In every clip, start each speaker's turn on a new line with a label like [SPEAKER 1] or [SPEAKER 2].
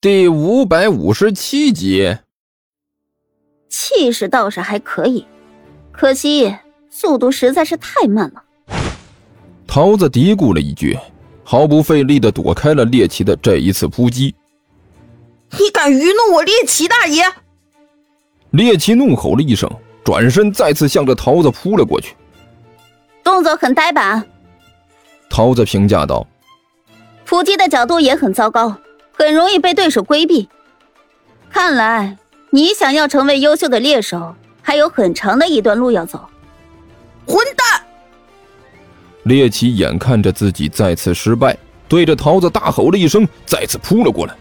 [SPEAKER 1] 第五百五十七集，
[SPEAKER 2] 气势倒是还可以，可惜速度实在是太慢了。
[SPEAKER 1] 桃子嘀咕了一句，毫不费力的躲开了猎奇的这一次扑击。
[SPEAKER 3] 你敢愚弄我猎奇大爷！
[SPEAKER 1] 猎奇怒吼了一声，转身再次向着桃子扑了过去。
[SPEAKER 2] 动作很呆板，
[SPEAKER 1] 桃子评价道
[SPEAKER 2] 扑击的角度也很糟糕，很容易被对手规避。看来你想要成为优秀的猎手，还有很长的一段路要走。
[SPEAKER 3] 混蛋！：“
[SPEAKER 1] 猎奇眼看着自己再次失败，对着桃子大吼了一声，再次扑了过来。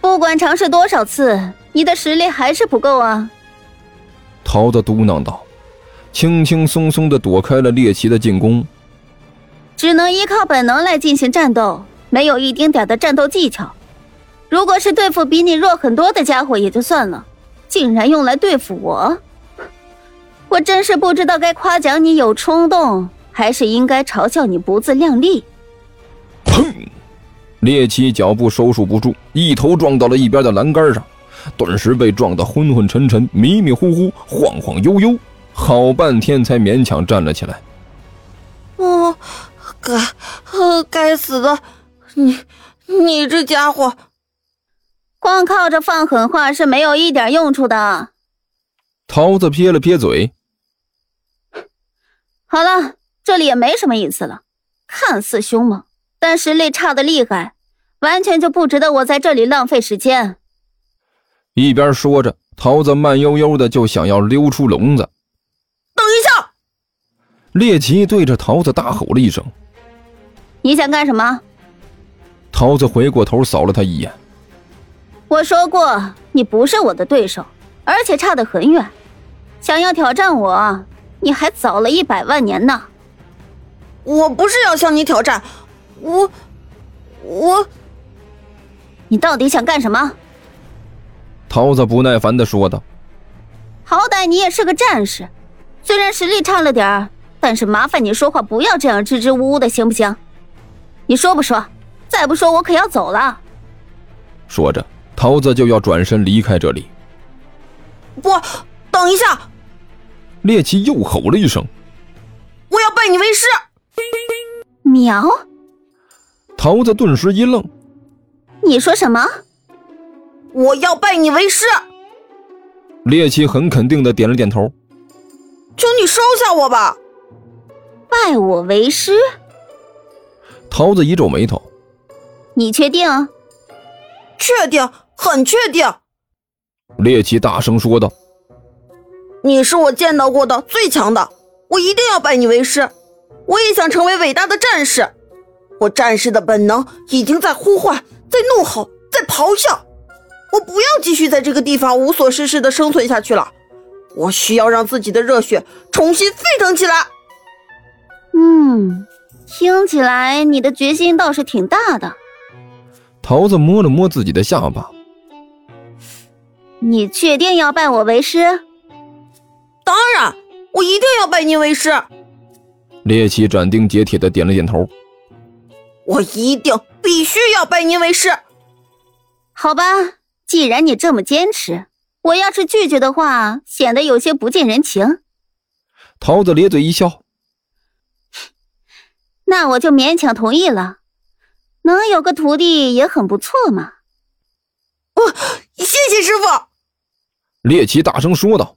[SPEAKER 2] 不管尝试多少次，你的实力还是不够啊！
[SPEAKER 1] 桃子嘟囔道，轻轻松松的躲开了猎奇的进攻。
[SPEAKER 2] 只能依靠本能来进行战斗，没有一丁点的战斗技巧。如果是对付比你弱很多的家伙也就算了，竟然用来对付我， 我真是不知道该夸奖你有冲动，还是应该嘲笑你不自量力。
[SPEAKER 1] 砰！猎奇脚步收束不住，一头撞到了一边的栏杆上，顿时被撞得昏昏沉沉、迷迷糊糊、晃晃悠悠，好半天才勉强站了起来。
[SPEAKER 3] 哦，该，呃，该死的，你，你这家伙！
[SPEAKER 2] 光靠着放狠话是没有一点用处的。
[SPEAKER 1] 桃子撇了撇嘴，
[SPEAKER 2] 好了，这里也没什么意思了。看似凶猛，但实力差的厉害，完全就不值得我在这里浪费时间。
[SPEAKER 1] 一边说着，桃子慢悠悠的就想要溜出笼子。
[SPEAKER 3] 等一下，
[SPEAKER 1] 猎奇对着桃子大吼了一声，
[SPEAKER 2] 你想干什么？
[SPEAKER 1] 桃子回过头扫了他一眼。
[SPEAKER 2] 我说过，你不是我的对手，而且差得很远。想要挑战我，你还早了一百万年呢。
[SPEAKER 3] 我不是要向你挑战，我，我，
[SPEAKER 2] 你到底想干什么？
[SPEAKER 1] 桃子不耐烦的说道
[SPEAKER 2] 好歹你也是个战士，虽然实力差了点儿，但是麻烦你说话不要这样支支吾吾的，行不行？你说不说？再不说，我可要走了。：“
[SPEAKER 1] 说着，桃子就要转身离开这里。
[SPEAKER 3] 不，等一下，”
[SPEAKER 1] 猎奇又吼了一声，
[SPEAKER 3] 我要拜你为师！
[SPEAKER 2] 苗，
[SPEAKER 1] 桃子顿时一愣，
[SPEAKER 2] 你说什么？
[SPEAKER 3] 我要拜你为师，
[SPEAKER 1] 猎奇很肯定的点了点头。
[SPEAKER 3] 求你收下我吧！
[SPEAKER 2] 拜我为师？
[SPEAKER 1] 桃子一皱眉头，
[SPEAKER 2] 你确定？
[SPEAKER 3] 确定，很确定，
[SPEAKER 1] 猎奇大声说道
[SPEAKER 3] 你是我见到过的最强的，我一定要拜你为师。我也想成为伟大的战士，我战士的本能已经在呼唤，在怒吼，在咆哮。我不要继续在这个地方无所事事的生存下去了，我需要让自己的热血重新沸腾起来。
[SPEAKER 2] 嗯，听起来你的决心倒是挺大的。：“
[SPEAKER 1] 桃子摸了摸自己的下巴，
[SPEAKER 2] 你确定要拜我为师？
[SPEAKER 3] 当然，我一定要拜您为师，
[SPEAKER 1] 猎奇斩钉截铁的点了点头。
[SPEAKER 3] 我一定必须要拜您为师。
[SPEAKER 2] 好吧，既然你这么坚持，我要是拒绝的话，显得有些不近人情，
[SPEAKER 1] 桃子咧嘴一笑，
[SPEAKER 2] 那我就勉强同意了。能有个徒弟也很不错嘛。
[SPEAKER 3] 谢谢师傅。
[SPEAKER 1] 猎奇大声说道。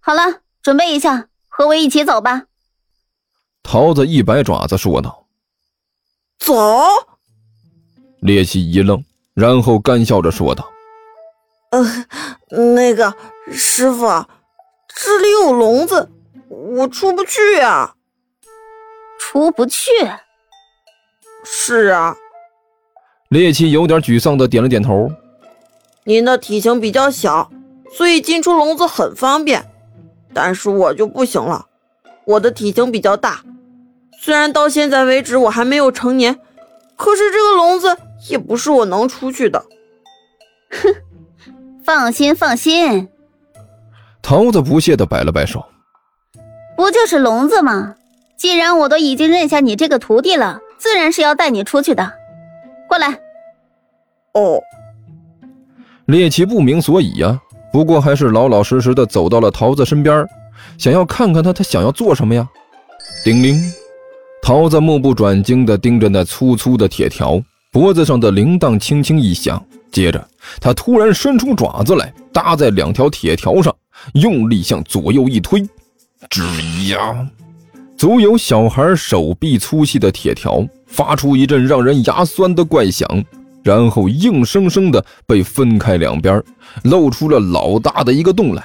[SPEAKER 2] 好了，准备一下，和我一起走吧。
[SPEAKER 1] 桃子一摆爪子说道。
[SPEAKER 3] 走。
[SPEAKER 1] 猎奇一愣，然后干笑着说道
[SPEAKER 3] 那个师傅，这里有笼子，我出不去啊。
[SPEAKER 2] 出不去，
[SPEAKER 3] 是啊，：“
[SPEAKER 1] 猎奇有点沮丧的点了点头。
[SPEAKER 3] 您的体型比较小，所以进出笼子很方便。但是我就不行了，我的体型比较大，虽然到现在为止我还没有成年，可是这个笼子也不是我能出去的。
[SPEAKER 2] 放心放心，”
[SPEAKER 1] 桃子不屑的摆了摆手。
[SPEAKER 2] 不就是笼子吗？既然我都已经认下你这个徒弟了，自然是要带你出去的。过来，
[SPEAKER 3] 哦，
[SPEAKER 1] 猎奇不明所以呀、啊不过还是老老实实的走到了桃子身边儿，想要看看他他想要做什么呀。叮铃，桃子目不转睛地盯着那粗粗的铁条，脖子上的铃铛轻轻一响，接着他突然伸出爪子来，搭在两条铁条上，用力向左右一推，吱一呀！足有小孩手臂粗细的铁条发出一阵让人牙酸的怪响，然后硬生生的被分开两边，露出了老大的一个洞来。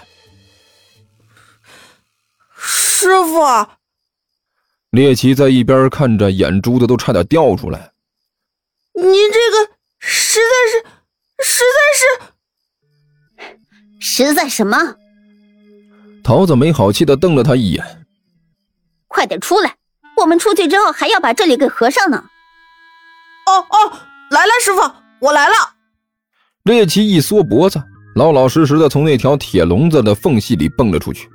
[SPEAKER 3] 师傅，
[SPEAKER 1] 猎奇在一边看着，眼珠子都差点掉出来。
[SPEAKER 3] 您这个实在是，实在是……
[SPEAKER 2] 实在什么？
[SPEAKER 1] 桃子没好气的瞪了他一眼。
[SPEAKER 2] 快点出来！我们出去之后还要把这里给合上呢。
[SPEAKER 3] 哦哦，来了，师傅，我来了。
[SPEAKER 1] 猎奇一缩脖子，老老实实的从那条铁笼子的缝隙里蹦了出去，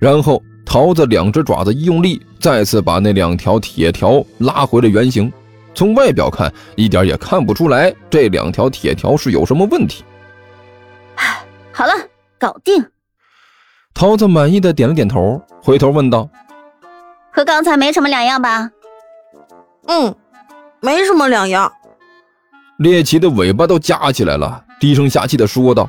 [SPEAKER 1] 然后桃子两只爪子一用力，再次把那两条铁条拉回了原形。从外表看，一点也看不出来这两条铁条是有什么问题。
[SPEAKER 2] 好了，搞定，
[SPEAKER 1] 桃子满意的点了点头，回头问道
[SPEAKER 2] 和刚才没什么两样吧？
[SPEAKER 3] 嗯，没什么两样。：“
[SPEAKER 1] 猎奇的尾巴都夹起来了。”低声下气的说道：“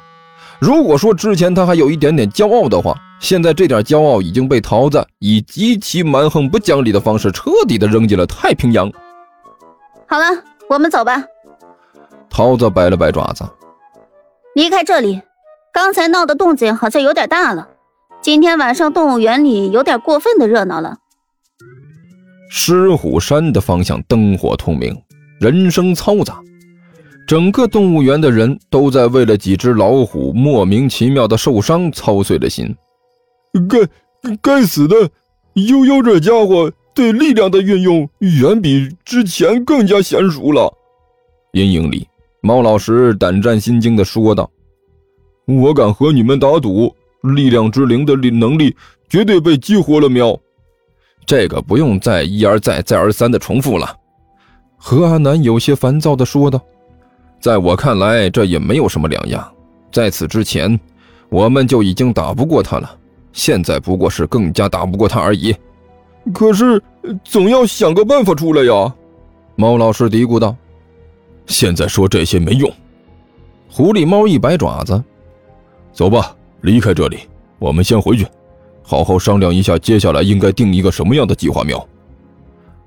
[SPEAKER 1] 如果说之前他还有一点点骄傲的话，现在这点骄傲已经被桃子以极其蛮横、不讲理的方式彻底的扔进了太平洋。”
[SPEAKER 2] 好了，我们走吧，
[SPEAKER 1] 桃子摆了摆爪子，
[SPEAKER 2] 离开这里。刚才闹的动静好像有点大了，今天晚上动物园里有点过分的热闹了。
[SPEAKER 1] 狮虎山的方向灯火通明，人声嘈杂，整个动物园的人都在为了几只老虎莫名其妙的受伤操碎了心。该该死的，悠悠这家伙对力量的运用远比之前更加娴熟了。阴影里，猫老师胆战心惊的说道：“我敢和你们打赌，力量之灵的力能力绝对被激活了喵。”这个不用再一而再、再而三的重复了。”何阿南有些烦躁的说道，“在我看来，这也没有什么两样。在此之前，我们就已经打不过他了，现在不过是更加打不过他而已。可是，总要想个办法出来呀。”猫老师嘀咕道，“现在说这些没用。”狐狸猫一摆爪子，“走吧，离开这里，我们先回去。”好好商量一下，接下来应该定一个什么样的计划喵。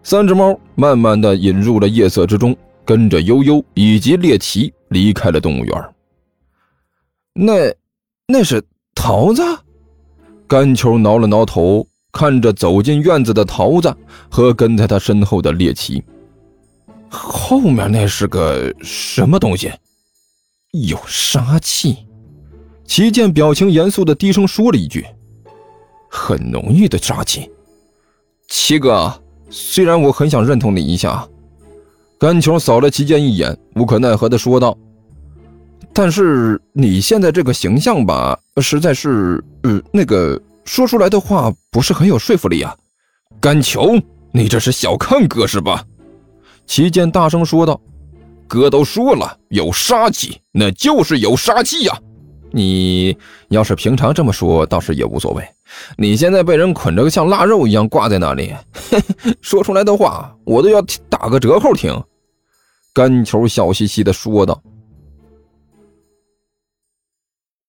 [SPEAKER 1] 三只猫慢慢的引入了夜色之中，跟着悠悠以及猎奇离开了动物园儿。那，那是桃子？甘球挠了挠头，看着走进院子的桃子和跟在他身后的猎奇。后面那是个什么东西？有杀气。齐健表情严肃的低声说了一句。很浓郁的杀气。七哥，啊虽然我很想认同你一下，啊甘球扫了齐剑一眼，无可奈何的说道：“但是你现在这个形象吧，实在是……呃，那个说出来的话不是很有说服力啊。”甘球，你这是小看哥是吧？齐剑大声说道：“哥都说了，有杀气，那就是有杀气呀、你要是平常这么说，倒是也无所谓。你现在被人捆着个像腊肉一样挂在那里， 说出来的话我都要打个折扣听。甘球笑嘻嘻地说道：“